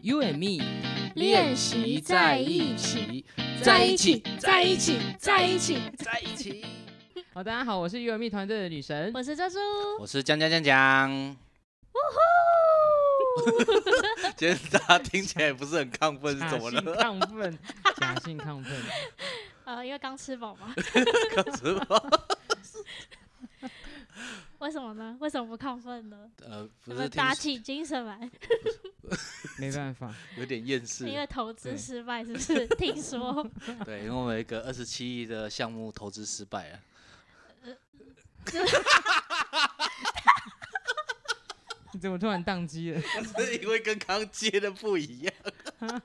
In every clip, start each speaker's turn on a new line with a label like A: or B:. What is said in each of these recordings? A: You and me
B: 练习在一起，
A: 在一起，在一起，
B: 在一起。
A: 在一起。好，大家好，我是 You and me 团队的女神。
B: 我是珍珠，
C: 我是江江江江。今天大家听起来不是很亢奋，是
A: 假
C: 怎么
A: 性
C: 了？
A: 亢奋，假性亢奋。
B: 呃，因为刚吃饱 嘛，
A: 啊
C: 可是我
B: 为什么呢？为什么不亢奋呢？
C: 呃，不
B: 我
C: 是
B: 们
C: 听
B: 打起精神来，
A: 没办法，
C: 有点厌世，
B: 因为投资
A: 对
B: 失败，是不是？听 说，
C: 对，因为我们有一个二十七亿的项目投资失 败了。啊
A: 你怎么突然宕机了？
C: 是因为跟刚接的不一样。
B: 而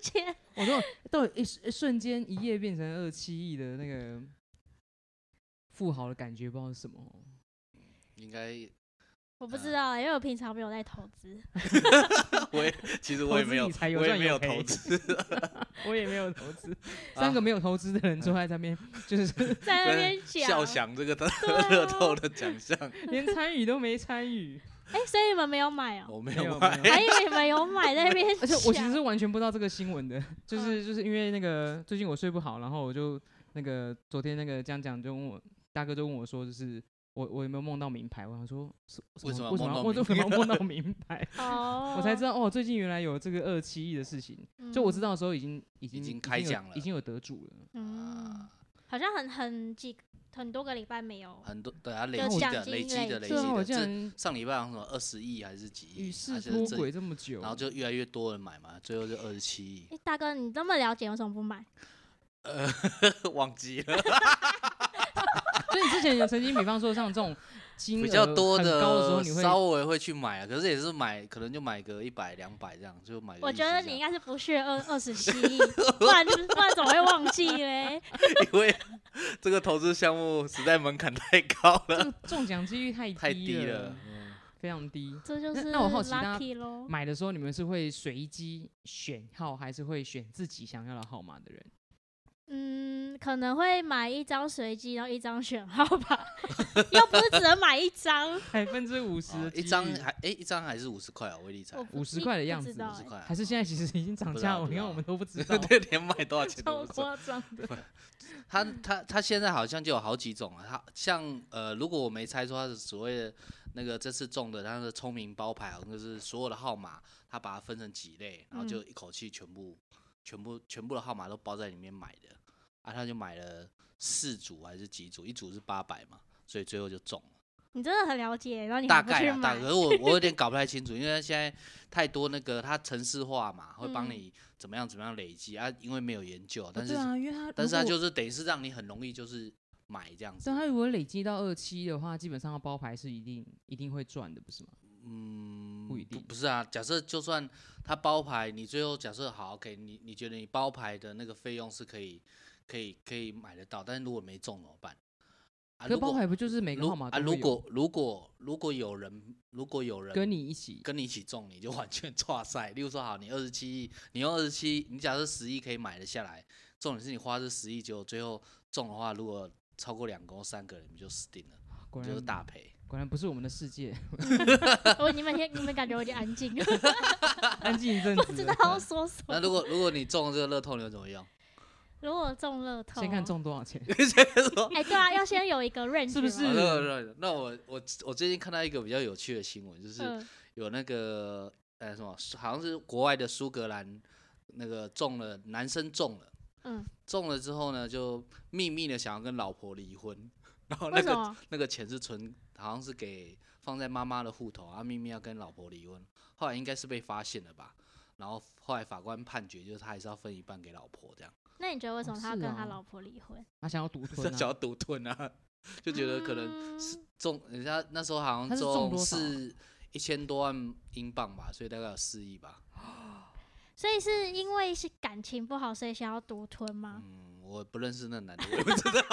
B: 且
A: 我都都有一瞬一瞬间一夜变成二七亿的那个富豪的感觉，不知道是什么。
C: 应该
B: 我不知道啊，因为我平常没有在投资，
C: 我也其实我也没有，
A: 投资理财有
C: 我也
A: 赚
C: 没
A: 有
C: 有
A: 赔
C: 投资，
A: 我也没有投资，三个没有投资的人坐在那边，就是
B: 在那边讲
C: 笑响这个的
B: 对啊
C: 乐透的奖项，
A: 连参与都没参与。
B: 哎、所以你们没有买哦、
C: 我没有
A: 没有
C: 买
A: 没。有
B: 还以为你们有买在那边讲，
A: 而且我其实是完全不知道这个新闻的，就是就是因为那个最近我睡不好，然后我就那个昨天那个江讲就问我大哥就问我说，就是我我有没有梦到名牌？我想说是
C: 为什么
A: 为什么
C: 梦到
A: 我为什么梦到 名牌？
B: 哦，嗯
A: 我才知道哦，最近原来有这个二七亿的事情。
B: 道
A: 就我知，道的时候已经已经
C: 已经开
A: 有
C: 奖了
A: 已经有得主了。
B: 嗯，
C: 啊
B: 好像很很几很多个礼拜没有，
C: 很多对啊，累
B: 就
C: 积
B: 奖
C: 的、
B: 金
C: 累积的、
B: 累
C: 累
B: 积
A: 对啊，我
C: 积
A: 竟
C: 的。这
A: 然
C: 上礼拜好像什么二十亿还是几亿，
A: 与世
C: 还是
A: 脱
C: 这
A: 轨这么久，
C: 然后就越来越多人买嘛，最后就二十七亿
B: 哎、，大哥，你这么了解，为什么不买？
C: 呃， 忘记了，
A: 所以你之前有曾经，比方说像这种金 额
C: 比较多
A: 很高的时候，
C: 的
A: 你会
C: 稍微会去买啊，可是也是买，可能就买个一百两百这样，就买个
B: 我
C: 意
B: 觉
C: 思
B: 得
C: 这
B: 你应
C: 样
B: 该是不屑二二 十七亿，不然就是不然怎么会忘记嘞？
C: 因为这个投资项目实在门槛太高
A: 这
C: 了，
A: 个中奖几率太
C: 太
A: 低
C: 低
A: 了
C: 了，，嗯
A: 非常低。
B: 这就
A: 那
B: 是
A: 那我好奇大家
B: lucky 咯。
A: 买的时候你们是会随机选号，还是会选自己想要的号码的人？
B: 嗯，可能会买一张随机，然后一张选号吧， 又不是只能买一张。
A: 百分之五十
C: 啊一张还哎一张还是五十块啊，威力彩
B: 我不
A: 50块的
B: 不
A: 样
B: 知
A: 子
B: 道
C: 五十
B: 欸
C: 块啊，
A: 还是现在其实已经涨
C: 不知
A: 价
C: 道
A: 了，
C: 不
A: 你
C: 知
A: 看
C: 道
A: 我们都不知道，
C: 对，啊连买多少
B: 欸
C: 钱都
A: 超
C: 不知道。
A: 夸张的。
C: 他
B: 嗯
C: 他他现在好像就有好几种啊，他像呃，如果我没猜错，他的所谓的那个这次中的他的聪明包牌，好像就是所有的号码，他把它分成几类，然后
B: 嗯
C: 就一口气全部、全部全部的号码都包在里面买的，啊，他就买了四组还是几组，一组是八百嘛，所以最后就中了。
B: 你真的很了解，然后你
C: 大
B: 还不
C: 概
B: 去
C: 啊，大
B: 买
C: 概，可是我我有点搞不太清楚，因为现在太多那个它城市化嘛，会帮
B: 嗯哦
C: 你怎么样怎么样累积啊，因为没有研究，但是、
A: 对啊，因为他
C: 但是它
A: 如果啊
C: 就是等于是让你很容易就是买这样子
A: 但，他如果累积到二期的话，基本上他包牌是一定一定会赚的，不是吗？
C: 嗯，
A: 不一定
C: 不是啊，假设就算它包牌，你最后假设好 OK，你你觉得你包牌的那个费用是可以可以可以买得到，但是如果没中怎么办？啊，
A: 可
C: 如
A: 包
C: 果
A: 牌不就是每个
C: 如
A: 号码
C: 啊，
A: 都
C: 如
A: 会有
C: 果如果如果有人如果有人
A: 跟你一起，
C: 跟你一起中，你就完全 跨赛。例如说，好，你二十七亿，你用二十七，你假设十亿可以买得下来，重点是你花这十亿，结果最后中的话，如果超过两个或三个人，你就死定了，
A: 果
C: 你就是
A: 然
C: 大 赔。
A: 果然不是我们的 世界，
B: 我你们先你们感觉我有点安静，
A: 安静一阵
B: 不
A: 子
B: 知
A: 了。
B: 道
C: 嗯
B: 要说什
C: 那
B: 么。
C: 如果如果你中了这个乐透，你又怎么样？
B: 如果中乐透，
A: 先看。中多少钱，
B: 哎、对啊，要先有一个 range，
A: 是不
B: 嘛
A: 是
C: 好哦那那那我我我最近看到一个比较有趣的新闻，就是
B: 嗯，
C: 有那个呃什么，好像是国外的苏格兰那个中了，男生中了，
B: 嗯，
C: 中了之后呢，就秘密的想要跟老婆离婚， 然后那
B: 为什
C: 个
B: 么？
C: 那个钱是存，好像是给放在妈妈的户头，啊，秘密要跟老婆离婚，后来应该是被发现了吧，然后后来法官判决就是他还是要分一半给老婆这样，
B: 那你觉得为什
A: 哦
B: 么他要
A: 是
B: 跟
A: 哦
B: 他老婆离婚？
A: 他想要独
C: 他
A: 吞
C: 想
A: 啊，
C: 要独吞啊， 就觉得可能
B: 嗯
C: 是中，人家那时候好
A: 他
C: 像
A: 是中多少啊
C: 是一千多万英镑吧，所以大概有四亿吧，
B: 所以是因为是感情不好，所以想要独吞
A: 啊
B: 吗？
C: 嗯，我不认识那 男的，我也不知道，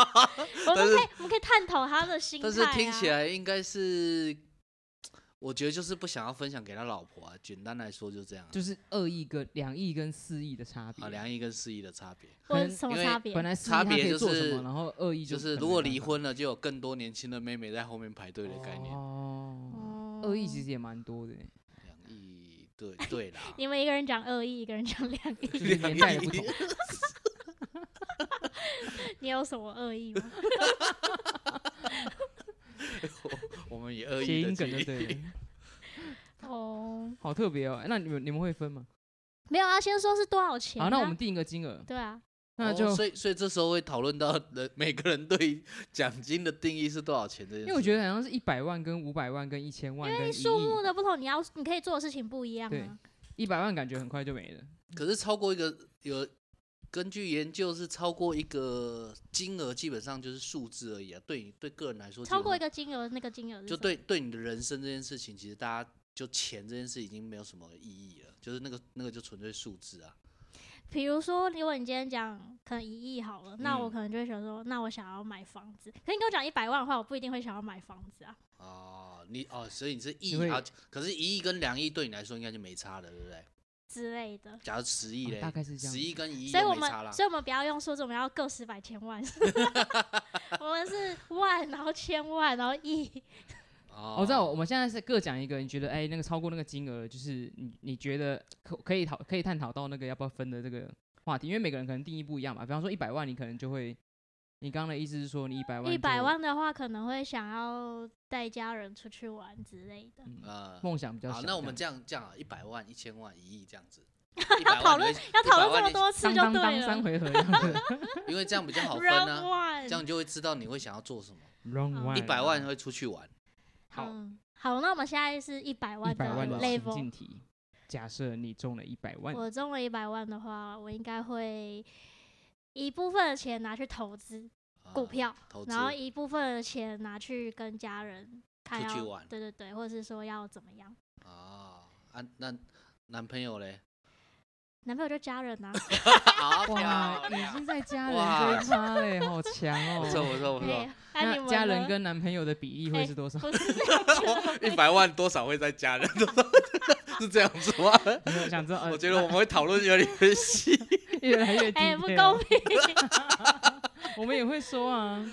B: 我
C: 嗯
B: 们
C: 但是
B: 可以我们可以探讨他的心态、啊。
C: 但是听起来应该是。我觉得就是不想要分享给他老婆啊，简单来说就这样啊、
A: 就是二亿跟两亿跟四亿的差别
C: 啊，。两亿跟四亿的差别。
B: 我
A: 可
B: 什么
C: 因为
B: 差别？
A: 本来四亿
C: 差
A: 他可
C: 别
A: 以
C: 就
A: 做什
C: 是
A: 么，然后二亿
C: 就是
A: 可能啊
C: 如果
A: 没办
C: 离
A: 法
C: 婚了，就有更多年轻的妹妹在后面排队的概念。
A: 哦，
B: 哦，
A: 二亿其实也蛮多的欸，
C: 两亿对对 啦
B: 你们一个人讲二亿，一个人讲两亿，
A: 就是年代也不同。
B: 你有什么恶意吗？
C: 我们也恶
A: 谐
C: 意
A: 音
C: 的
A: 梗就对了，
B: 哦，
A: 好特别 哦。那你们你们会分吗？
B: 没有啊，先说是多少钱啊、
A: 好，那我们定一个金额，
B: 对啊，
A: 那
C: 哦
A: 就
C: 所以所以这时候会讨论到人每个人对于奖金的定义是多少钱这件事。
A: 因为我觉得好像是一百万跟五百万跟一千万跟一
B: 数目
A: 亿，
B: 的不同，你要你可以做的事情不一样啊。
A: 一百万感觉很快就没了。
C: 可是超过一个有根据研究是超过一个金额，基本上就是数字而已啊。对你对个人来说，
B: 超过一
C: 个
B: 个金额，那个金额是
C: 就
B: 什么，
C: 对对你的人生这件事情，其实大家就钱这件事已经没有什么意义了，就是那个那个就纯粹数字啊。
B: 比如说，如果你今天讲可能一亿好了，那我
C: 嗯
B: 可能就会想说，那我想要买房子。可是你跟我讲一百万的话，我不一定会想要买房子啊。
C: 哦，你哦，所以你是亿
A: 因为
C: 啊，可是一亿跟两亿对你来说应该就没差了，对不对？
B: 之类的。
C: 假如十亿
A: 哦
C: 嘞，
A: 大概是这样
C: 十亿跟一亿
B: 所以
C: 就
B: 我
C: 没差啦
B: 们，。所以我们不要用数字，我们要个十百千万。 我们是万，然后千万，然后亿。
C: 哦
A: 哦我知道，我们现在是各讲一个，你觉得哎，那个超过那个金额，就是你你觉得可可以讨可以探讨到那个要不要分的这个话题，因为每个人可能定义不一样嘛。比方说一百万，你可能就会，你刚刚的意思是说你一百万
B: 一百
A: 就
B: 万的话，可能会想要带家人出去玩之类的。
A: 嗯
C: 呃，
A: 梦想比较小
C: 好，
A: 这样。
C: 那我们这样这样啊，一百万、一千万、一亿这样 子，一百
B: 讨
C: 万你
B: 论
C: 会
B: 要讨论
C: 100万
B: 这么
C: 你
B: 多次
A: 当
B: 就
A: 当
B: 对
A: 当
B: 了
A: 三。回合这样子
C: 因为这样比较好分
B: Round
C: 啊，
B: one，
C: 这样就会知道你会想要做什么。
A: ，wrong
B: 好
A: one，
C: 一百万会出去玩，
A: 好
B: 嗯好，那我们现在是一百
A: 一
B: 万的
A: 百万的情
B: level。
A: 境题。假设你中了一百万，
B: 我中了一百万的话，我应该会一部分的钱拿去投资
C: 啊
B: 股票，
C: 投资
B: 然后一部分的钱拿去跟家人看
C: 出去
B: 要
C: 玩
B: 对对对，或者是说要怎么样。
C: 啊啊，那男朋友 嘞？
B: 男朋友就家人啊，
C: 好
A: 哇，
C: 漂
A: 已
C: 亮，
A: 经在家人
C: 哇
A: 这一趴嘞，好强
C: 不
A: 哦！
C: 错不错不错
B: 哎， 那你
A: 那
B: 们
A: 家人
B: 呢
A: 跟男朋友的比例会
B: 哎
A: 是多少？
B: 不是这样子
C: 一百万多少会在 家人，是这样子吗？
A: 有没有想知 道？呃呃
C: 我觉得我们会讨论有点细，
A: 越来越 低
B: 哎，不
A: 配
B: 公
A: 了
B: 平。
A: 我们也会说啊，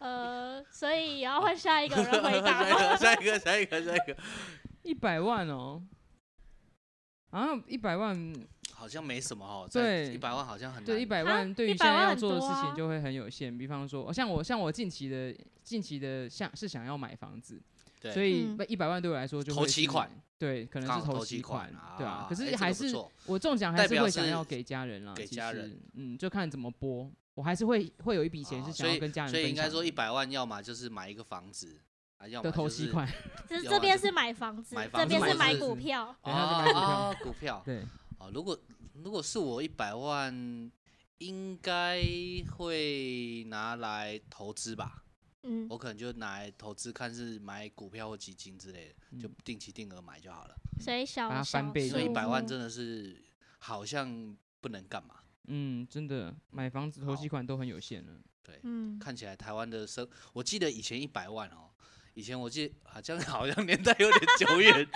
B: 呃，所以也要换下一个人回 答吗。
C: 下一个下一个下一个下一个，
A: 一百万哦，啊，一百万，
C: 好像没什么哦，
A: 对
C: 一百万好像很
B: 啊
A: 对，一
C: 难
A: 百万对于
B: 100
A: 现在
B: 万
A: 要
B: 很
A: 做的
B: 多
A: 事情
B: 啊
A: 就会很有限。比方说，哦像我像我近期的近期的想是想要买房子，
C: 对
A: 所以
B: 嗯
A: 一百万对我来说就
C: 投
A: 会
C: 期
A: 是
C: 款，
A: 对，可能
C: 刚
A: 是
C: 好投
A: 期
C: 期款
A: 对
C: 啊。
A: 啊可
C: 哎
A: 是
C: 这个
A: 还
C: 不
A: 是
C: 错
A: 我中奖
C: 代
A: 还是
C: 表
A: 会想
C: 是
A: 要给家人啦，
C: 给
A: 其
C: 家
A: 实
C: 人，
A: 嗯，就看怎么播，我还是会会有一笔钱
C: 哦
A: 是
C: 所
A: 想要
C: 以
A: 跟家人
C: 所以
A: 分
C: 应该
A: 享
C: 说
A: 的
C: 一百万，要么就是买一个房子，啊，要么
A: 的投期款，
B: 这
C: 有啊
B: 这边
C: 就是
B: 是买房子
C: 买，
B: 这
A: 房
B: 边
A: 子
B: 是
A: 买
B: 买
A: 房子
B: 股票。
A: 等一下再买股票
C: 哦，股票
A: 对，
C: 哦，如果如果是我一百万，应该会拿来投资吧，
B: 嗯，
C: 我可能就拿来投资，看是买股票或基金之类的，就
A: 嗯
C: 定期定额买就好了。
B: 所以
A: 把
B: 小
A: 它翻
B: 小
A: 倍
C: 因为
A: 的
C: 一
B: 数
C: 百万
B: 目
C: 真的是好像不能干嘛，
A: 嗯，真的买房子投期
C: 好
A: 款都很有限了。
C: 对，
B: 嗯，
C: 看起来台湾的生，我记得以前一百万哦，以前我记得好像好像年代有点久远。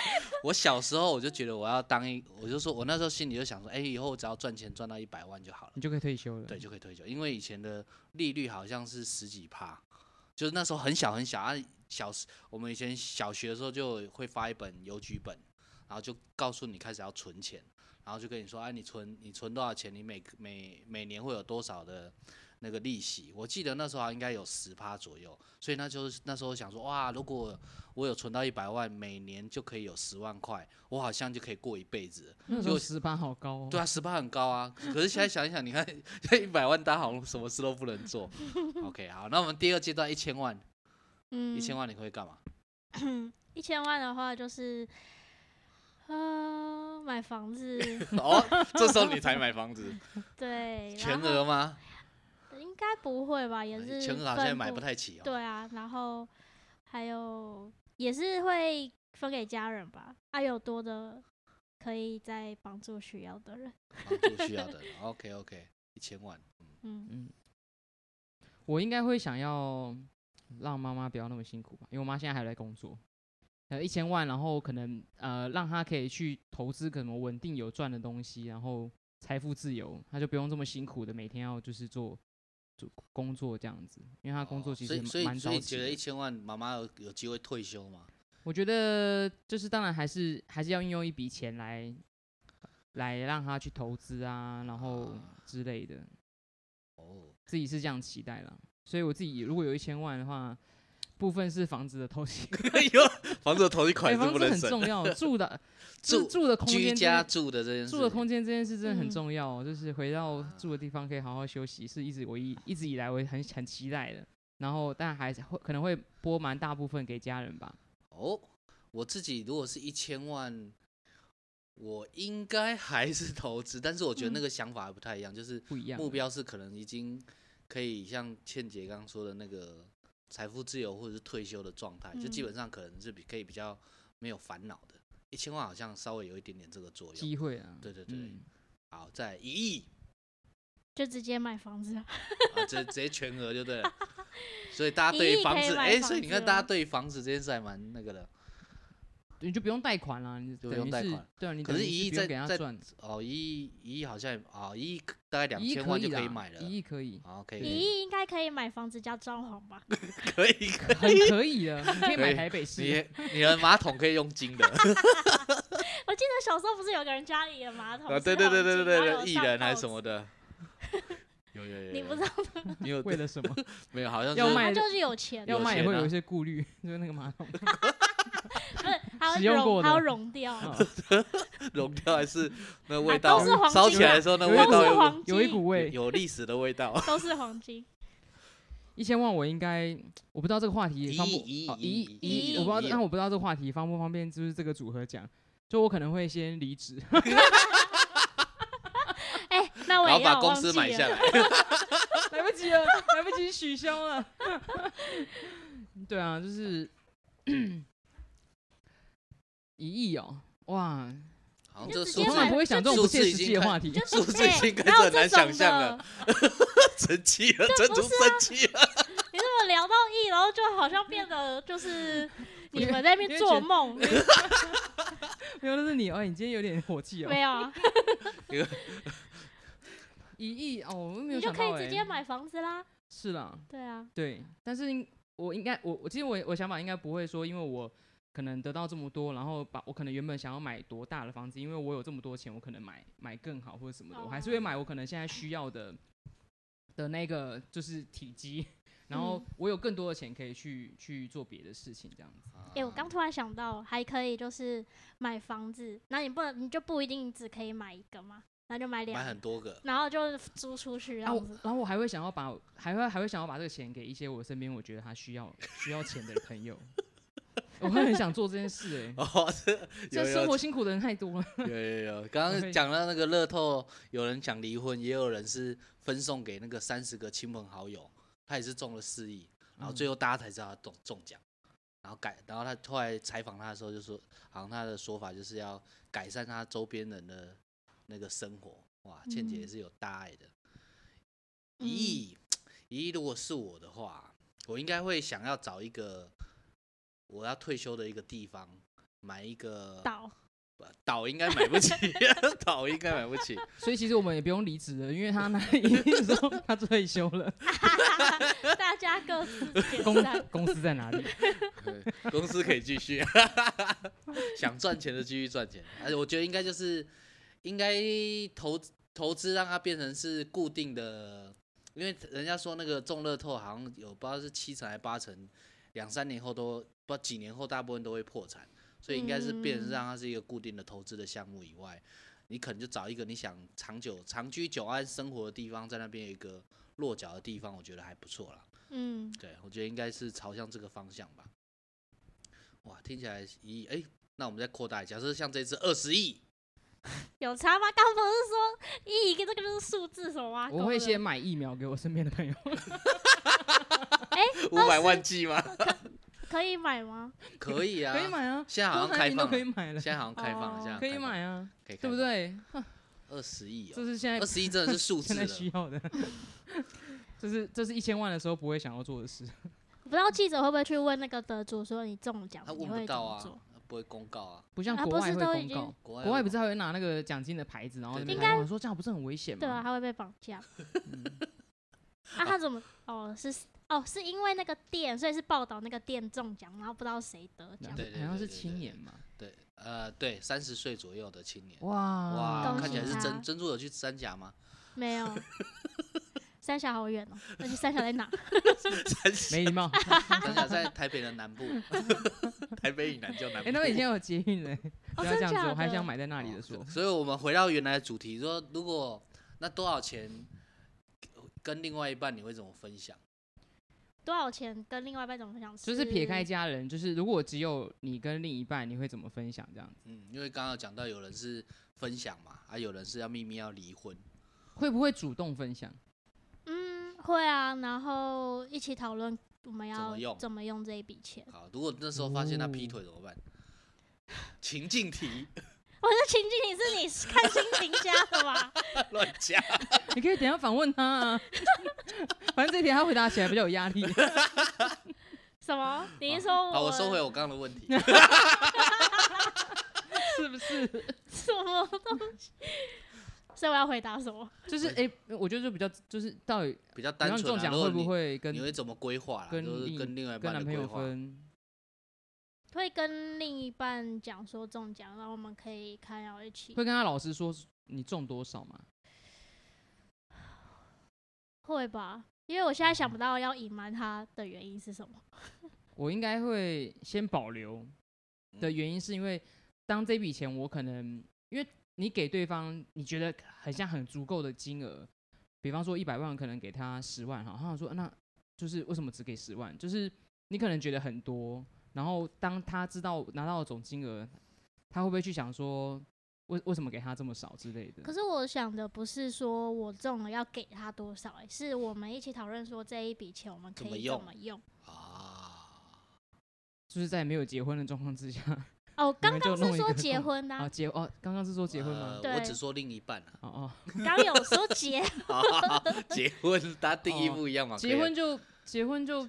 C: 我小时候我就觉得我要当一，我就说我那时候心里就想说，哎、以后我只要赚钱赚到一百万就好了，
A: 你就可以退休了。
C: 对，就可以退休。因为以前的利率好像是十几趴，就是那时候很小很小啊，小时我们以前小学的时候就会发一本邮局本，然后就告诉你开始要存钱，然后就跟你说，哎、你存你存多少钱，你每个每每年会有多少的那个利息。我记得那时候好像应该有十趴左右，所以那就是那时候想说，哇，如果我有存到一百万，每年就可以有十万块，我好像就可以过一辈子了。
A: 那时
C: 结
A: 候
C: 果
A: 十八好高哦。
C: 对啊，十趴很高啊。可是现在想一想，你看现在一百万，大家好像什么事都不能做。OK，好，那我们第二阶段一千万，
B: 嗯，
C: 一千万你会干 嘛？
B: 一千万的话就是，呃，买房 子，
C: 哦，这时候你才买房子，
B: 对，然
C: 全
B: 后
C: 额吗？哎
B: 应该不会吧？也是
C: 全额好像也
B: 分
C: 买
B: 部
C: 不太起哦。
B: 对啊，然后还有也是会分给家人吧，啊，有多的可以再帮助需要的人，
C: 帮助需要的。OK OK，一千万。
B: 嗯，
A: 嗯，我应该会想要让妈妈不要那么辛苦吧，因为我妈现在还在工作。呃，一千万，然后可能呃，让她可以去投资可能稳定有赚的东西，然后财富自由，她就不用这么辛苦的每天要就是做做工作这样子，因为她工作
C: 哦
A: 其
C: 所
A: 实
C: 以所
A: 蛮
C: 以所
A: 早
C: 以
A: 起
C: 觉得一
A: 的。
C: 千万，妈妈有有机会退休吗？
A: 我觉得就是当然还是还是要运用一笔钱来来让他去投资啊，然后
C: 啊
A: 之类的，
C: 哦，
A: 自己是这样期待啦。所以我自己如果有一千万的话，部分是房子的偷 袭，
C: 有哎房子的头一
A: 哎
C: 款是
A: 房
C: 不
A: 子
C: 能
A: 很
C: 省，
A: 重 要，住的就是
C: 住
A: 住的空
C: 居
A: 间
C: 家
A: 真的，
C: 住的这件事，
A: 住的空间这件事真的很
B: 嗯
A: 重要哦，就是回到住的地方可以好好休息，是一直我一一直以来我很很期待的。然后，但还是会可能会拨蛮大部分给家人吧。
C: 哦，我自己如果是一千万，我应该还是投资，但是我觉得那
B: 嗯
C: 个想法还不太一样，就是
A: 不一样
C: 目
A: 的
C: 标是可能已经可以像倩姐刚刚说的那个财富自由或者是退休的状态，就基
B: 嗯
C: 本上可能是比可以比较没有烦恼的。一千万好像稍微有一点点这个作用。
A: 机会啊，
C: 对对对，
A: 嗯，
C: 好，再来一亿
B: 就直接买房子啊。
C: 啊，直接直接全额就对了。所以大家
B: 一
C: 对
B: 亿
C: 房
B: 可以
C: 子，
B: 买
C: 哎、所以
B: 房
C: 你
B: 子
C: 看大家
B: 了
C: 对房子这件事还蛮那个的。
A: 你就不用贷款啦，你
C: 就
A: 等
C: 不用
A: 于
C: 贷
A: 是
C: 款，
A: 对啊，你
C: 可
A: 等
C: 是
A: 于
C: 一亿
A: 不用
C: 在
A: 给他
C: 在
A: 赚，
C: 哦，一亿一亿好像也哦，一亿可大概两
A: 一亿
C: 千万就可
A: 啦
C: 以买了。
A: 一亿可 以，
C: 好，可
B: 一
C: 以，
B: 亿应该可以买房子加装潢 吧？
C: 可以，可以。
A: 很可以的，你可 以
C: 可
A: 买
C: 以
A: 台北市，
C: 你你的马桶可以用金 的，
B: 我记得小时候不是有个人家里的马桶
C: 啊，
B: 是
C: 对对对对对对
B: 黄金然后有
C: 对，艺
B: 上
C: 人还啊
B: 报
C: 是什么
B: 纸？
C: 的，有有有，
B: 你
C: 有
B: 不知道，
C: 你有
A: 为了什么？
C: 没有？好像
A: 要
C: 是
A: 卖
B: 他
A: 的
B: 就是有钱啊，
A: 要卖也会
C: 钱啊
A: 有一些顾虑， 就是那个马 桶，
B: 不是它
A: 使
B: 会
A: 用过
B: 融，
A: 的
B: 它要融掉，
C: 哦
A: 啊
C: 融掉还 是那
B: 啊
C: 味
B: 都
C: 道
B: 是黄
C: 烧
B: 金
C: 起来
B: 啊
C: 的时候那
A: 都
C: 味
A: 是
B: 都
C: 道
B: 是
C: 有
B: 黄金，
A: 有一股味。
C: 有历史的味道。
B: 都是黄金，
A: 一千万我应该，我不知道这个话题
C: 一
A: 方不
C: 亿
A: 哦
C: 一
A: 一
C: 亿
A: 亿
B: 一
A: 一
B: 亿
A: 亿，我不
C: 一
A: 知
C: 亿
A: 道，但我不知道这个话题方不方便，就是这个组合讲，就我可能会先离职，
B: 哎， 那我
C: 然后
B: 也
C: 把
B: 要
C: 公
B: 忘
C: 司
B: 记
C: 买下
B: 了，
C: 来，
A: 来不及了，来不及取消了。 对啊，就是 一亿哦，哇！
C: 好像
B: 就
C: 这个
B: 直
C: 数
B: 接
A: 我通
C: 字
A: 常
B: 买
A: 不会想这种不切实际的话题，
B: 就是
C: 数字已经
B: 哎
C: 开始
B: 哪有
C: 很难
B: 这种
C: 想象了
B: 的
C: 生气了，陈
B: 不
C: 竹
B: 是啊
C: 生气了，
B: 你怎么聊到亿，然后就好像变 得就是
A: 我
B: 你
A: 觉
B: 们在那边
A: 因为觉
B: 做
A: 得
B: 梦，
A: 没有，那是你哦，你今天有点火气哦。
B: 没有啊？
A: 一亿哦，我 没
B: 你
A: 有
B: 就
A: 想
B: 可
A: 到
B: 以
A: 哎、
B: 直接买房子啦。
A: 是啦，
B: 对啊，
A: 对，但是应我应该我我其实我我想法应该不会说，因为我可能得到这么多，然后把我可能原本想要买多大的房子，因为我有这么多钱，我可能买买更好或者什么的，我还
B: 哦
A: 是会买我可能现在需要的的那个就是体积，然后
B: 嗯
A: 我有更多的钱可以去去做别的事情，这样子。
B: 哎、我刚突然想到，还可以就是买房子，那你不能，你就不一定只可以买一个嘛，那就买两
C: 买很
B: 个，
C: 多哦个，
B: 然后就租出去这
A: 然后
B: 样
A: 啊我
B: 子。
A: 然后我还会想要把还会还会想要把这个钱给一些我身边我觉得他需要需要钱的朋友， 我会很想做这件事哎、
C: 哦，这
A: 这
C: 有有
A: 生活辛苦的人太多了。
C: 有有有，刚刚
A: 会
C: 讲到那个乐透，有人想离婚，也有人是分送给那个三十个亲朋好友，他也是中了四亿，然后
B: 嗯
C: 最后大家才知道他中中奖，然后改，然后他后来采访他的时候就说，好像他的说法就是要改善他周边人的那个生活，哇，倩姐也
B: 嗯
C: 是有大爱的，
B: 嗯
C: 一亿，一亿如果是我的话，我应该会想要找一个我要退休的一个地方，买一个
B: 岛，
C: 呃岛应该买不起，岛应该买不起。
A: 所以其实我们也不用离职了，因为他那一说他退休了，
B: 大家各自解
A: 公
B: 散。
A: 公司在哪里？
C: 对公司可以继续，想赚钱的继续赚钱。而且我觉得应该就是应该投投资让它变成是固定的，因为人家说那个中乐透好像有不知道是七成还八成，两三年后都不知道几年后大部分都会破产，所以应该是变成
B: 嗯
C: 让它是一个固定的投资的项目以外，你可能就找一个你想长久长居久安生活的地方，在那边有一个落脚的地方，我觉得还不错啦。
B: 嗯，
C: 对，我觉得应该是朝向这个方向吧。哇，听起来一亿，哎，那我们再扩大一下，假设像这次二十 亿，
B: 有差吗？刚不是说一个这个就是数字什么吗？
A: 我会先买疫苗给我身边的朋友，
C: 五百万计吗？
B: 可以买吗？
C: 可以啊，
A: 可以买啊，
C: 现在好
A: 多
C: 像
A: 产
C: 开
A: 品都
C: 放
A: 可以
C: 了，
A: 买了
C: 啊现，在好像开放了，
B: 哦
C: 现在
A: 可以买，啊，
C: 可以，
A: 对不？对？
C: 二十亿
A: 这
C: 哦，
A: 是现
C: 二
A: 在
C: 十亿真的是数字
A: 现在
C: 了，
A: 需要的，这是这是一千万的时候不会想要做的事。
B: 不知道记者会不会去问那个得主说你中奖
C: 他，
B: 你
C: 问
B: 会
C: 不
B: 怎
C: 到
B: 么
C: 啊
B: 做？，
C: 不会公告啊，
A: 不像
B: 啊
A: 国
B: 不
A: 外
B: 是
A: 会
B: 都
A: 公
B: 已
A: 告
B: 经，
C: 国外
A: 国外不
C: 公
A: 是还会拿那个奖金的牌子，然后
C: 对
A: 那边
C: 应
A: 拍
B: 该
A: 我嗯
B: 啊
A: 说这样不是很危险吗？
B: 对啊，他会被绑架。
A: 嗯
B: 啊，他怎么？哦，是哦，是因为那个店，所以是报道那个店中奖，然后不知道谁得
A: 那
B: 奖
A: 好。
C: 对对
A: 像
C: 对
A: 是
C: 对
A: 青
C: 对
A: 年嘛，
C: 对，呃，对，三十岁左右的青年，
A: 哇啊
C: 哇，
B: 恭
C: 看起
B: 喜
C: 来是
B: 他
C: 珍珍珠有去三峡吗？
B: 没有， 三峡好远哦，而且三峡在 哪？
C: 三峡
A: 没礼貌。
C: 三峡在台北的南 部，台北以南叫南部。
A: 哎，那边以前有捷运嘞，不
B: 哦，
A: 要
B: 真
A: 这样
B: 假
A: 子，
B: 的？
A: 我还想买在那里的说
C: 哦所以我们回到原来的主题，说如果那多少钱跟另外一半，你会怎么分享？
B: 多少钱跟另外一半怎么分享？
A: 就是撇
B: 嗯
A: 开家人，就是如果只有你跟另一半，你会怎么分享这样子？
C: 嗯，因为刚刚有讲到有人是分享嘛，啊，有人是要秘密要离婚，
A: 会不会主动分享？
B: 嗯，会啊，然后一起讨论我们
C: 怎么
B: 要
C: 用
B: 怎么用这一笔钱。
C: 好，如果那时候发现他劈
A: 哦
C: 腿怎么办？情境题
B: 我的情境你是你看心情家的吧？
C: 乱讲，
A: 你可以等一下反问他啊， 反正这题他回答起来比较有压力。啊
B: 什么？你是说
C: 好，
B: 我
C: 我收
A: 哦
C: 回我刚刚的问题。
A: 是不是？
B: 什么东西？ 所以我要回答什么？
A: 就是哎、我觉得就比较就是到底
C: 比较
A: 你
C: 单
A: 让
C: 纯
A: 中
C: 啊，
A: 奖
C: 如果
A: 会
C: 你
A: 不会跟
C: 你会怎么规划啦？
A: 跟
C: 就是
A: 另
C: 跟另外一半
A: 跟男
C: 的
A: 朋
C: 规
A: 友
C: 划。
A: 分？
B: 会跟另一半讲说中奖，然后我们可以看要一起
A: 会跟他老师说你中多少吗？
B: 会吧？因为我现在想不到要隐瞒他的原因是什么。
A: 我应该会先保留的原因是因为当这笔钱我可能因为你给对方你觉得很像很足够的金额，比方说一百万，可能给他十万哈，他想说啊那就是为什么只给十万？就是你可能觉得很多，然后当他知道拿到总金额，他会不会去想说为为什么给他这么少之类的？
B: 可是我想的不是说我中了要给他多少、欸，是我们一起讨论说这一笔钱我们可
C: 怎么
B: 以
C: 用
B: 怎么用。
C: 啊，
A: 就是在没有结婚的状况之下，
B: 哦，
A: 你
B: 刚
A: 们就
B: 刚
A: 弄
B: 是
A: 一
B: 说
A: 个
B: 结
A: 共
B: 婚的、
A: 啊结哦，刚刚是说结婚吗
C: 呃？
B: 对
C: 我只说另一半啊，
A: 哦哦，
B: 刚有说 结，
C: 结婚大家定义
A: 哦
C: 不一样嘛。
A: 结
C: 可以啊
A: 婚就结婚就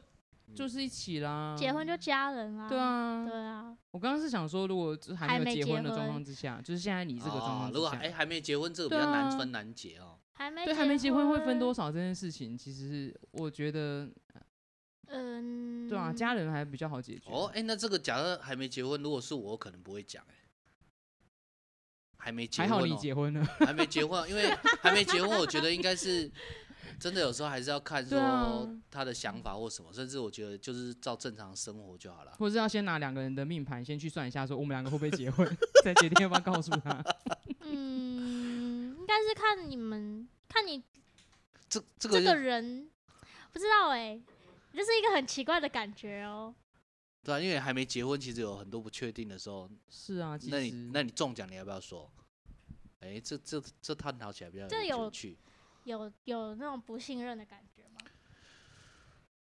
A: 就是一起啦，
B: 结婚就家人啊。
A: 对，啊，
B: 对啊，
A: 我刚刚是想说，如果就是还
B: 还
A: 没
B: 没
A: 有结
B: 结
A: 婚的状
B: 婚
A: 况之下，就是现在你这个
C: 哦
A: 状况
C: 如
A: 之
C: 果
A: 下，
C: 哎还没结婚，这个比
A: 对
C: 较难
A: 啊
C: 分难解哦。
B: 还没
A: 对还没结婚会分
B: 婚
A: 多少这件事情，其实是我觉得
B: 嗯，
A: 对啊，家人还比较好解决。
C: 哦，哎，那这个假设还没结婚，如果是我，我可能不会讲哎。还没结
A: 还
C: 婚、哦，
A: 好你结婚了，
C: 还没结婚，因为 还没结婚，我觉得应该是真的，有时候还是要看
A: 对啊
C: 说他的想法或什么，甚至我觉得就是照正常生活就好了。
A: 或者是要先拿两个人的命盘先去算一下，说我们两个会不会结 婚，再决定要不要告诉他。
B: 嗯，应该是看你们看你
A: 嗯
C: 这这个
B: 这
C: 就
B: 个人，不知道哎、这是一个很奇怪的感觉哦、
C: 对啊，因为还没结婚，其实有很多不确定的时候。
A: 是啊，其
C: 那你
A: 实
C: 那你中奖，你要不要说？哎、这这这探讨起来比较
B: 这有
C: 有趣。
B: 有有那种不信任的感觉吗？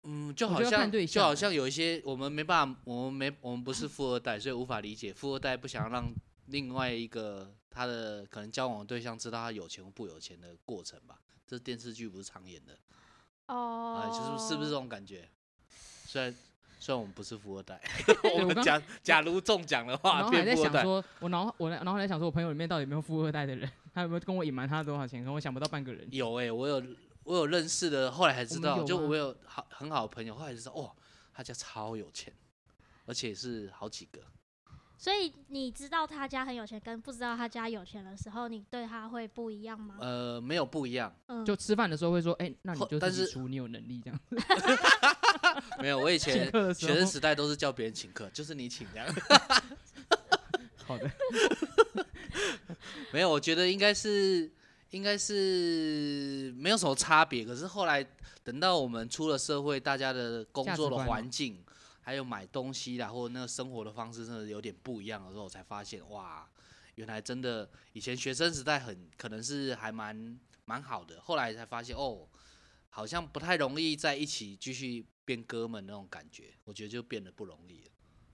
C: 嗯，就
A: 我
C: 好
A: 觉得要
C: 像
A: 看对
C: 就
A: 象
C: 好
A: 欸
C: 像有一些我们没办法，我们没我们不是富二代，所以无法理解富二代不想让另外一个他的可能交往的对象知道他有钱或不有钱的过程吧。这电视剧不是常演的，
B: 哦、
C: 哎、就是是不是这种感觉？虽然虽然我们不是富二代，
A: 我
C: 我们
A: 刚
C: 假假如中奖的
A: 然
C: 话
A: 后还
C: 变
A: 在
C: 富二
A: 想
C: 代，
A: 说，我脑我脑海在想说，我朋友里面到底有没有富二代的人，他有没有跟我隐瞒他多少钱，可能我想不到半个人。
C: 有哎、我有我有认识的，后来才知
A: 我们
C: 道，
A: 有
C: 就
A: 吗
C: 我有好很好的朋友，后来才知道哇，他家超有钱，而且是好几个。
B: 所以你知道他家很有钱，跟不知道他家有钱的时候，你对他会不一样吗？
C: 呃，没有不一样，
B: 嗯，
A: 就吃饭的时候会说，哎，那你
C: 后
A: 就
C: 但
A: 自己
C: 是
A: 出，你有能力这样。
C: 没有。我以
A: 请
C: 前
A: 客的时
C: 学生
A: 候，
C: 时代都是叫别人请客，就是你请这样。
A: 好的，
C: 没有，我觉得应该是应该是没有什么差别。可是后来等到我们出了社会，大家的工
A: 价值
C: 作的
A: 观嘛
C: 环境，还有买东西啦，或者那个生活的方式，真的有点不一样的时候，我才发现哇，原来真的以前学生时代很可能是还蛮蛮好的，后来才发现哦，好像不太容易在一起继续变哥们那种感觉，我觉得就变得不容易了。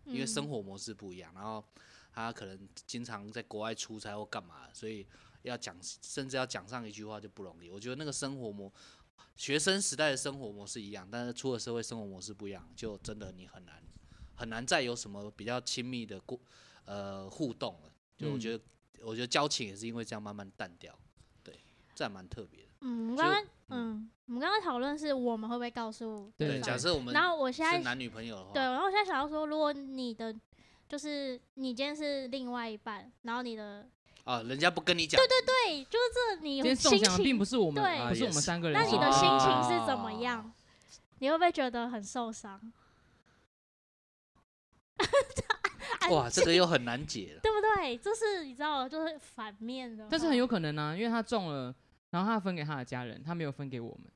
C: 因为生
B: 嗯
C: 活模式不一样，然后他可能经常在国外出差或干嘛，所以要讲甚至要讲上一句话就不容易。我觉得那个生活模，学生时代的生活模式一样，但是出了社会生活模式不一样，就真的你很难很难再有什么比较亲密的过呃互动了。就我觉得，
A: 嗯
C: 我觉得交情也是因为这样慢慢淡掉，对，这还蛮特别的。
B: 嗯，我
C: 所以
B: 刚刚嗯，我们刚刚讨论是我们会不会告诉
A: 对
B: 对
C: 假
B: 方，
C: 设我们
B: 然后我现
C: 是
B: 在
C: 男女朋友的话，
B: 对，然后我现在想要说，如果你的就是你今天是另外一半，然后你的
C: 啊，人家不跟你讲，对对对，
B: 对，就是这
A: 今
B: 你
A: 天中
B: 心
A: 奖的并
B: 情
A: 不，是我
B: 对
A: 们，不是我们三个人
B: 那
A: 的
B: 你
A: 啊情，
B: 的
C: 哦
B: 心情是怎么样？你会不会觉得很受伤？安
C: 哇，这个又很难解了。
B: 对不对？就是你知道，就是反面的话，
A: 但是很有可能啊，因为他中了，然后他分给他的家人，他没有分给我们。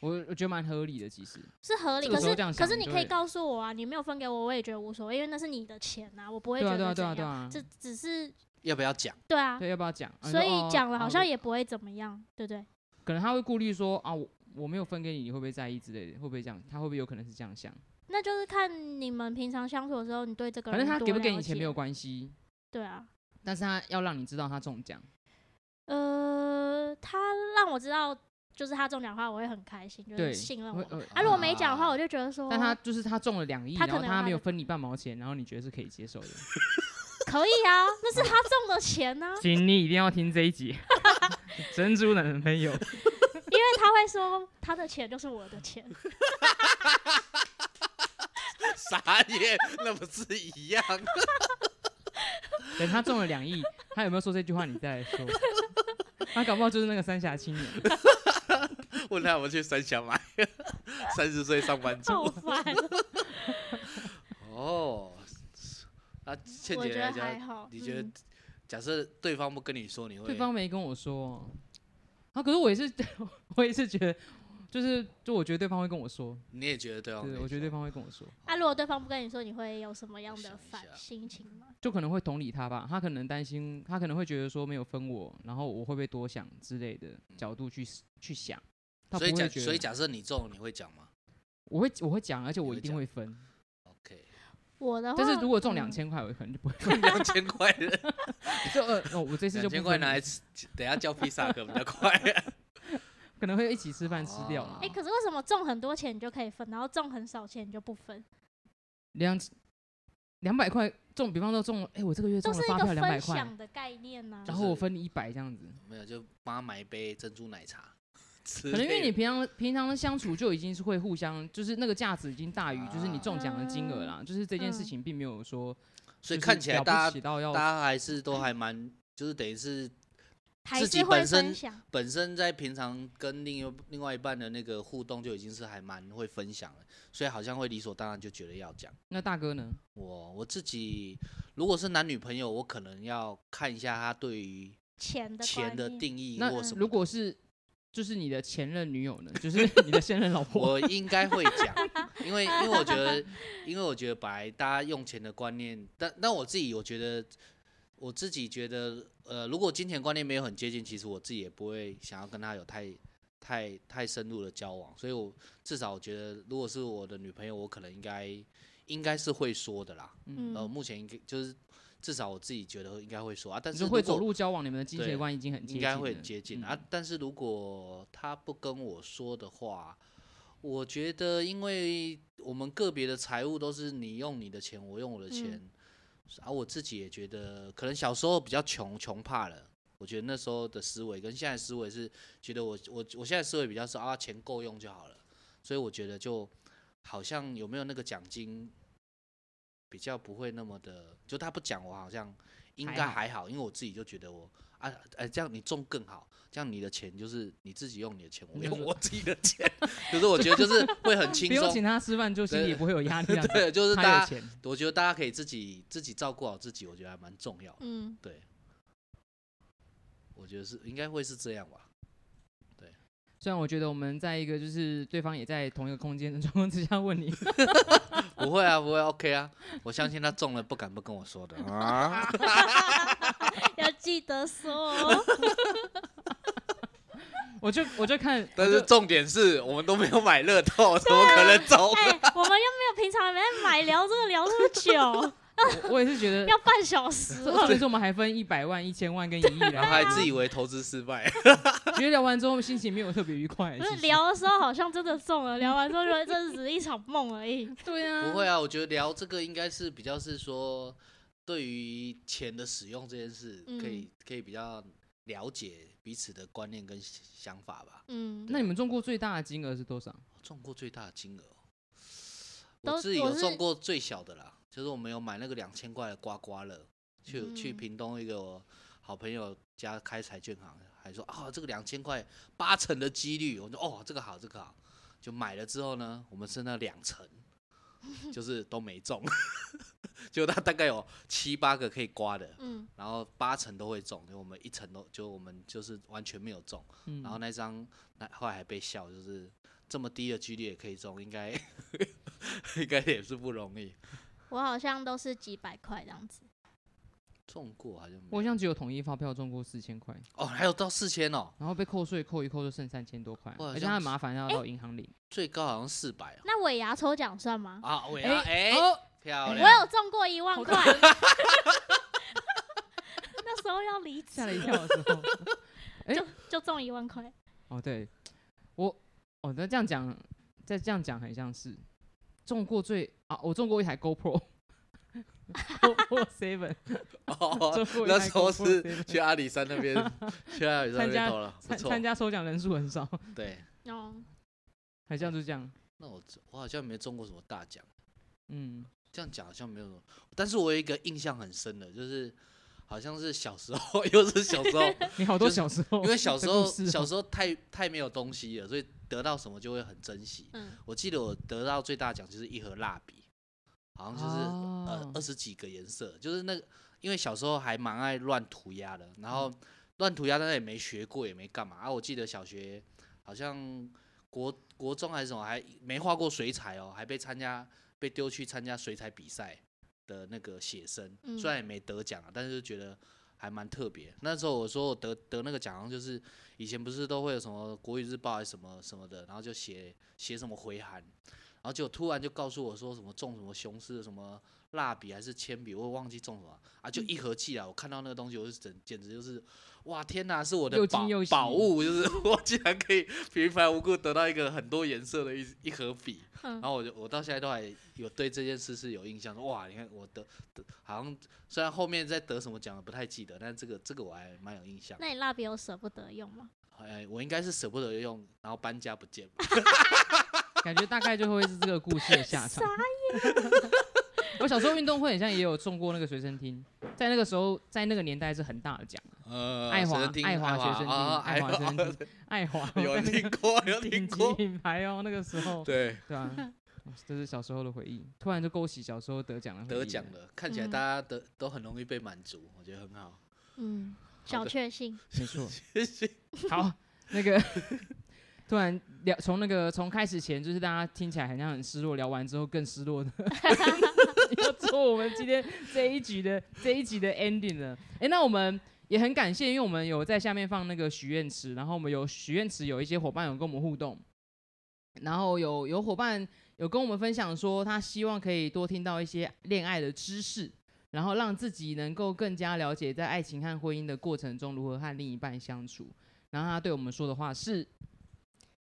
A: 我我觉得蛮合理的，其实。
B: 是合理。
A: 这个
B: 可
A: 时候
B: 是
A: 这样
B: 可
A: 想
B: 是
A: 你
B: 你
A: 就
B: 可以
A: 会
B: 告诉我啊，你没有分给我，我也觉得无所谓，因为那是你的钱啊，我不会
A: 对
B: 觉
A: 啊，对
B: 得怎
A: 啊，对啊，
B: 样。
A: 对啊。
B: 这只是
C: 要不要讲？
B: 对啊，
A: 对，要不要讲？啊
B: 所以讲了好像，
A: 你说哦
B: 也不会怎么样，对不对？
A: 哦可能他会顾虑说啊，我我没有分给你，你会不会在意之类的，会不会这样？他会不会有可能是这样想？
B: 那就是看你们平常相处的时候，你对这个
A: 反
B: 人
A: 正他
B: 多
A: 给不
B: 了
A: 给你钱
B: 解
A: 没有关系，
B: 对啊，
A: 但是他要让你知道他中奖。
B: 呃，他让我知道就是他中奖的话，我会很开心，就
A: 对
B: 是信任
A: 会
B: 我。
A: 呃
B: 啊，如果没讲的话，
C: 啊
B: 我就觉得说，
A: 但他就是他中了两亿，
B: 他可
A: 然后
B: 能
A: 他
B: 他
A: 没有
B: 的
A: 分你半毛钱，然后你觉得是可以接受的。
B: 可以啊，那是他中的钱啊 呢、
A: 请你一定要听这一集，珍珠男朋友。
B: 因为他会说他的钱就是我的 钱，
C: 傻眼，那不是一样？啊
A: 等他中了两亿，他有没有说这句话？你再来说。他搞不好就是那个三峡青年，
C: 问 他我去三峡买， 三十岁上班
B: 好
C: 族。
B: 烦。啊
C: 哦，那倩
B: 我
C: 姐
B: 觉
C: 来
B: 得还
C: 讲，
B: 好，
C: 你觉得
B: 嗯
C: 假设对方不跟你说，你会
A: 对方没跟我说。啊，可是我也是， 我也是觉得，就是就我觉得对方会跟我说，
C: 你也觉得对方哦没
A: 对，
C: 说？
A: 我觉得对方会跟我说，
B: 啊，如果对方不跟你说，你会有什么样
C: 我
B: 的
C: 想一
B: 反
C: 下
B: 心情吗？
A: 就可能会懂理他吧，他可能担心，他可能会觉得说没有分我，然后我会不会多想之类的角度去去想，他不
C: 所以
A: 会
C: 假
A: 觉得，
C: 所以假设你中，你会讲吗
A: 我会我会讲，而且
C: 你
A: 我
C: 会
A: 一定
C: 讲哦
A: 会分，
C: ？OK，
B: 我的话，
A: 但是如果中
B: 嗯
A: 两，千块，我可能就 不会，
C: 两千块的，
A: 就呃，哦我这次
C: 两
A: 就不
C: 千块
A: 分
C: 拿
A: 了
C: 来吃，等下叫披萨可能比较快。
A: 可能会一起吃饭吃掉
C: 哦
A: 了
B: 哎、，可是为什么中很多钱你就可以分，然后中很少钱你就不分？
A: 两两百块中，比方说中，哎、我这个月
B: 就
A: 中
B: 是
A: 了
B: 一
A: 发
B: 个
A: 票两百
B: 分
A: 块，
B: 享的啊概念呐、
A: 然后我分你一百这样子。
C: 没有，就帮他买一杯珍珠奶茶。 可
A: 可能因为你平常平常相处就已经是会互相，就是那个价值已经大
B: 啊
A: 于就是你中奖的金额啦，就是这件事情并没有说，
C: 嗯所以
A: 就是
C: 看起来
A: 了不
C: 大家
A: 起到要
C: 大家还是都还蛮，就是等于是
B: 还
C: 自己
B: 是会
C: 本身
B: 分享。
C: 本身在平常跟另一另外一半的那个互动就已经是还蛮会分享了，所以好像会理所当然就觉得要讲。
A: 那大哥呢？
C: 我我自己如果是男女朋友，我可能要看一下他对于
B: 钱的
C: 钱
B: 观
C: 的
B: 念
C: 定义
A: 那
C: 或什么的。
A: 如果是就是你的前任女友呢？就是你的现任老婆，
C: 我啊应该会 讲，因为因为我觉得，因为我觉得本来大家用钱的观念，但但我自己我觉得，我自己觉得，呃，如果金钱观念没有很接近，其实我自己也不会想要跟他有太太太深入的交往，所以我至少我觉得，如果是我的女朋友，我可能应该应该是会说的啦。
A: 嗯，
C: 呃，目前应该就是至少我自己觉得应该会说啊，但
A: 你
C: 是
A: 就
C: 如
A: 会走
C: 果
A: 入交往，你们的金钱
C: 对
A: 观已经很接
C: 应
A: 近
C: 该
A: 了，
C: 会很接近、
A: 嗯
C: 啊。但是如果他不跟我说的话，我觉得因为我们个别的财务都是你用你的钱，我用我的钱，
A: 嗯
C: 啊，我自己也觉得可能小时候比较穷，穷怕了。我觉得那时候的思维跟现在思维是觉得我我我现在思维比较是啊，钱够用就好了，所以我觉得就好像有没有那个奖金比较不会那么的，就他不讲我好像应
A: 还
C: 该
A: 好
C: 还好，因为我自己就觉得我啊哎这样你中更好，这样你的钱就是你自己用你的钱，我
A: 你就
C: 用
A: 说
C: 我自己的钱，可是我觉得就是会很轻
A: 不用
C: 松
A: 请，他吃饭，就心里
C: 对
A: 也不会有压力这啊样子。
C: 对，就是
A: 他有
C: 大家，
A: 钱，
C: 我觉得大家可以自己自己照顾好自己，我觉得还蛮重要的，
B: 嗯，
C: 对，我觉得是应该会是这样吧，
A: 虽然我觉得我们在一个就是对方也在同一个空间的状况之下问你，
C: 不会啊，不会，OK 啊，我相信他中了不敢不跟我说的啊。
B: 哎要记得 说、哦。
A: 我就我就看，
C: 但是
A: 我就啊
C: 重点是我们都没有买乐透，怎么可能中？
B: 哎、我们又没有平常没在买聊这个聊这么 久，
A: 我我也是觉得
B: 要半小时
A: 所
B: 了。
A: 以说我们还分一百万、一千万跟一亿
C: 然后
A: 来
C: 啊还自以为投资失败，
A: 觉得聊完之后心情没有特别愉快。
B: 不是
A: 其实
B: 聊的时候好像真的中了，聊完之后觉得这只是一场梦而已。
A: 对啊，
C: 不会啊，我觉得聊这个应该是
A: 嗯
C: 比较是说对于钱的使用这件事，可以可以比较了解彼此的观念跟想法吧。
B: 嗯，
A: 那你们中过最大的金额是多少？
C: 中过最大的金额哦，
B: 都
C: 我自己
B: 我
C: 有中
B: 是
C: 过最小的啦，就是我们有买那个两千块的刮刮乐，去、去
B: 嗯
C: 屏东一个我好朋友家开彩券行，还说啊、这个两千块八成的几率，我说哦这个好这个好，就买了之后呢，我们剩了两 成，就是都没中， 就他大概有七八个可以刮的，
B: 嗯，
C: 然后八成都会中，就我们一成都就我们就是完全没有中。
A: 嗯，
C: 然后那张那后来还被笑，就是这么低的几率也可以中，应该 应该也是不容易。
B: 我好像都是几百块这样子。
C: 中过好像没
A: 我好
C: 有
A: 像只有统一发票中过四千块，
C: 哦，还有到四千哦，
A: 然后被扣税扣一扣就剩三千多块，
C: 我好
A: 而且
C: 像
A: 它很
C: 是
A: 麻烦，要到银行领。
C: 最高好像四百哦。
B: 那尾牙抽奖算吗？
C: 啊，尾啊，哎、
A: 哦，
C: 漂
B: 我
C: 亮！
B: 有中过一万
A: 好
B: 块， 那时候要离职
A: 吓了一跳的时候，
B: 就中一万块。
A: 哦，对，我哦，那这样讲，再这样讲很像是中过最啊，我中过一台 GoPro。GoPro Seven，
C: 哦
A: 中过一
C: 那
A: 台
C: 时候
A: GoPro
C: 是
A: Seven
C: 去阿里山那边，去阿里山那
A: 参
C: 边
A: 加
C: 投了，不
A: 参
C: 错。
A: 参加抽奖人数很少，
C: 对，
B: 哦，
A: 很像就这样。
C: 那我我好像没中过什么大奖。
A: 嗯，
C: 这样讲好像没有什么，但是我有一个印象很深的，就是好像是小时候， 又是小时候，
A: 你好多
C: 就是
A: 小时候
C: 因
A: 的故
C: 为
A: 事哦，
C: 小时候小时候太太没有东西了，所以得到什么就会很珍惜。
B: 嗯，
C: 我记得我得到最大奖就是一盒蜡笔，好像就是、呃
A: 哦
C: 二十几个颜色，就是那个因为小时候还蛮爱乱涂鸦的，然后乱涂鸦但是也没学过也没干嘛啊。我记得小学好像国国中还是什么还没画过水彩哦，还被参加被丢去参加水彩比赛的那个写生，
B: 嗯
C: 虽然也没得奖啊，但是就觉得。还蛮特别。那时候我说我得得那个奖，好像就是以前不是都会有什么国语日报还是什么什么的，然后就写写什么回函，然后就突然就告诉我说什么中什么雄狮的什么蜡笔还是铅笔，我也忘记中什么啊，
A: 嗯
C: 就一盒寄来，我看到那个东西，我就整简直就是哇天哪，是我的
A: 又惊
C: 宝
A: 又喜
C: 宝物，就是 我竟然可以平白无故得到一个很多颜色的一一盒笔，
B: 嗯
C: 然后我就我到现在都还有对这件事是有印象，说哇你看我得得好像虽然后面在得什么奖不太记得，但这个这个我还蛮有印象的。
B: 那你蜡笔有舍不得用吗？
C: 哎，我应该是舍不得用，然后搬家不见吧。
A: 感觉大概就会是这个故事的下场。我小时候运动会好像也有中过那个随身听，在那个时候，在那个年代是很大的奖，
C: 呃，
A: 爱华
C: 随身听
A: 爱华
C: 爱
A: 学生听
C: 啊
A: 爱华
C: 爱
A: 学生听爱华
C: 有人听过，有
A: 顶
C: 听
A: 级
C: 过，
A: 品牌哦，那个时候，
C: 对，
A: 对啊，这是小时候的回忆，突然就勾起小时候得奖的回忆
C: 得奖了，看起来
B: 嗯
C: 大家的都很容易被满足，我觉得很好。
B: 嗯，小确幸。
A: 没错。好，那个突然聊从那个从开始前就是大家听起来好像很失落，聊完之后更失落的， 要做我们今天这一集的这一集的 ending 了。哎、那我们。也很感谢，因为我们有在下面放那个许愿池，然后我们有许愿池有一些伙伴有跟我们互动，然后有有伙伴有跟我们分享说，他希望可以多听到一些恋爱的知识，然后让自己能够更加了解在爱情和婚姻的过程中如何和另一半相处。然后他对我们说的话是，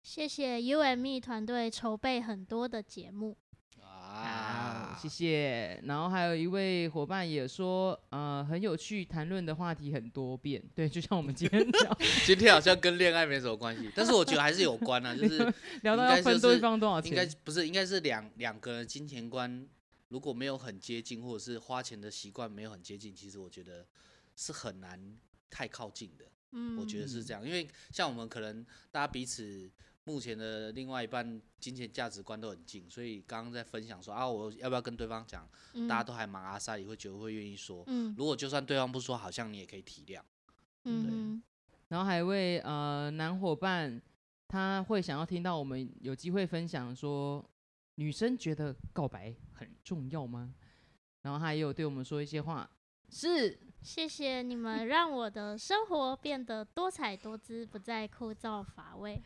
B: 谢谢 U M E 团队筹备很多的节目，
A: 啊
C: 啊，，
A: 谢谢。然后还有一位伙伴也说，呃，很有趣，谈论的话题很多变。对，就像我们今天 聊
C: 今天好像跟恋爱没什么关系，但是我觉得还是有关 啊，就是
A: 聊到
C: 应该
A: 要
C: 就
A: 分
C: 是
A: 对方多少
C: 应该
A: 钱，
C: 不是，应该是两两个人的金钱观如果没有很接近，或者是花钱的习惯没有很接近，其实我觉得是很难太靠近的。
B: 嗯，
C: 我觉得是这样，因为像我们可能大家彼此目前的另外一半金钱价值观都很近，所以刚刚在分享说啊，我要不要跟对方讲，
B: 嗯
C: 大家都还蛮阿萨里，会觉得会愿意说。
B: 嗯
C: 如果就算对方不说，好像你也可以体谅。
B: 嗯
A: 对
B: 嗯
A: 然后还有一位呃男伙伴，他会想要听到我们有机会分享说，女生觉得告白很重要吗？然后他也有对我们说一些话，是
B: 谢谢你们让我的生活变得多彩多姿，不再枯燥乏味。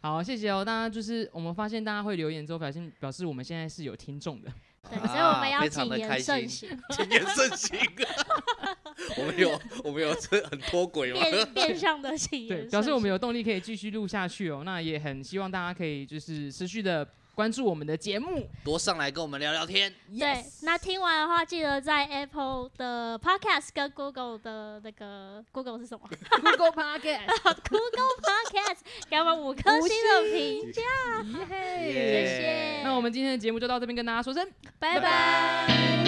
A: 好，谢谢哦。大家就是我们发现大家会留言之后，表现表示我们现在是有听众的。
B: 对，
C: 啊
B: 所以我们要
C: 非常
B: 谨
C: 的开
B: 言慎
C: 心，
B: 行，
C: 谨言慎行。啊 我们有我们有这很脱轨吗？
B: 变变相的谨言
A: 对，
B: 慎行。
A: 表示我们有动力可以继续录下去哦。那也很希望大家可以就是持续的关注我们的节目。
C: 多上来跟我们聊聊天。
B: 对，那听完的话，记得在 Apple 的 Podcast 跟 Google 的那个 Google 是什么
A: Yes，Google Podcast，
B: ？Google Podcast 给我们五颗星的评价，
A: 耶
B: 谢
C: 耶
B: 谢。
A: 那我们今天的节目就到这边跟大家说声。
B: 拜
C: 拜
B: 拜。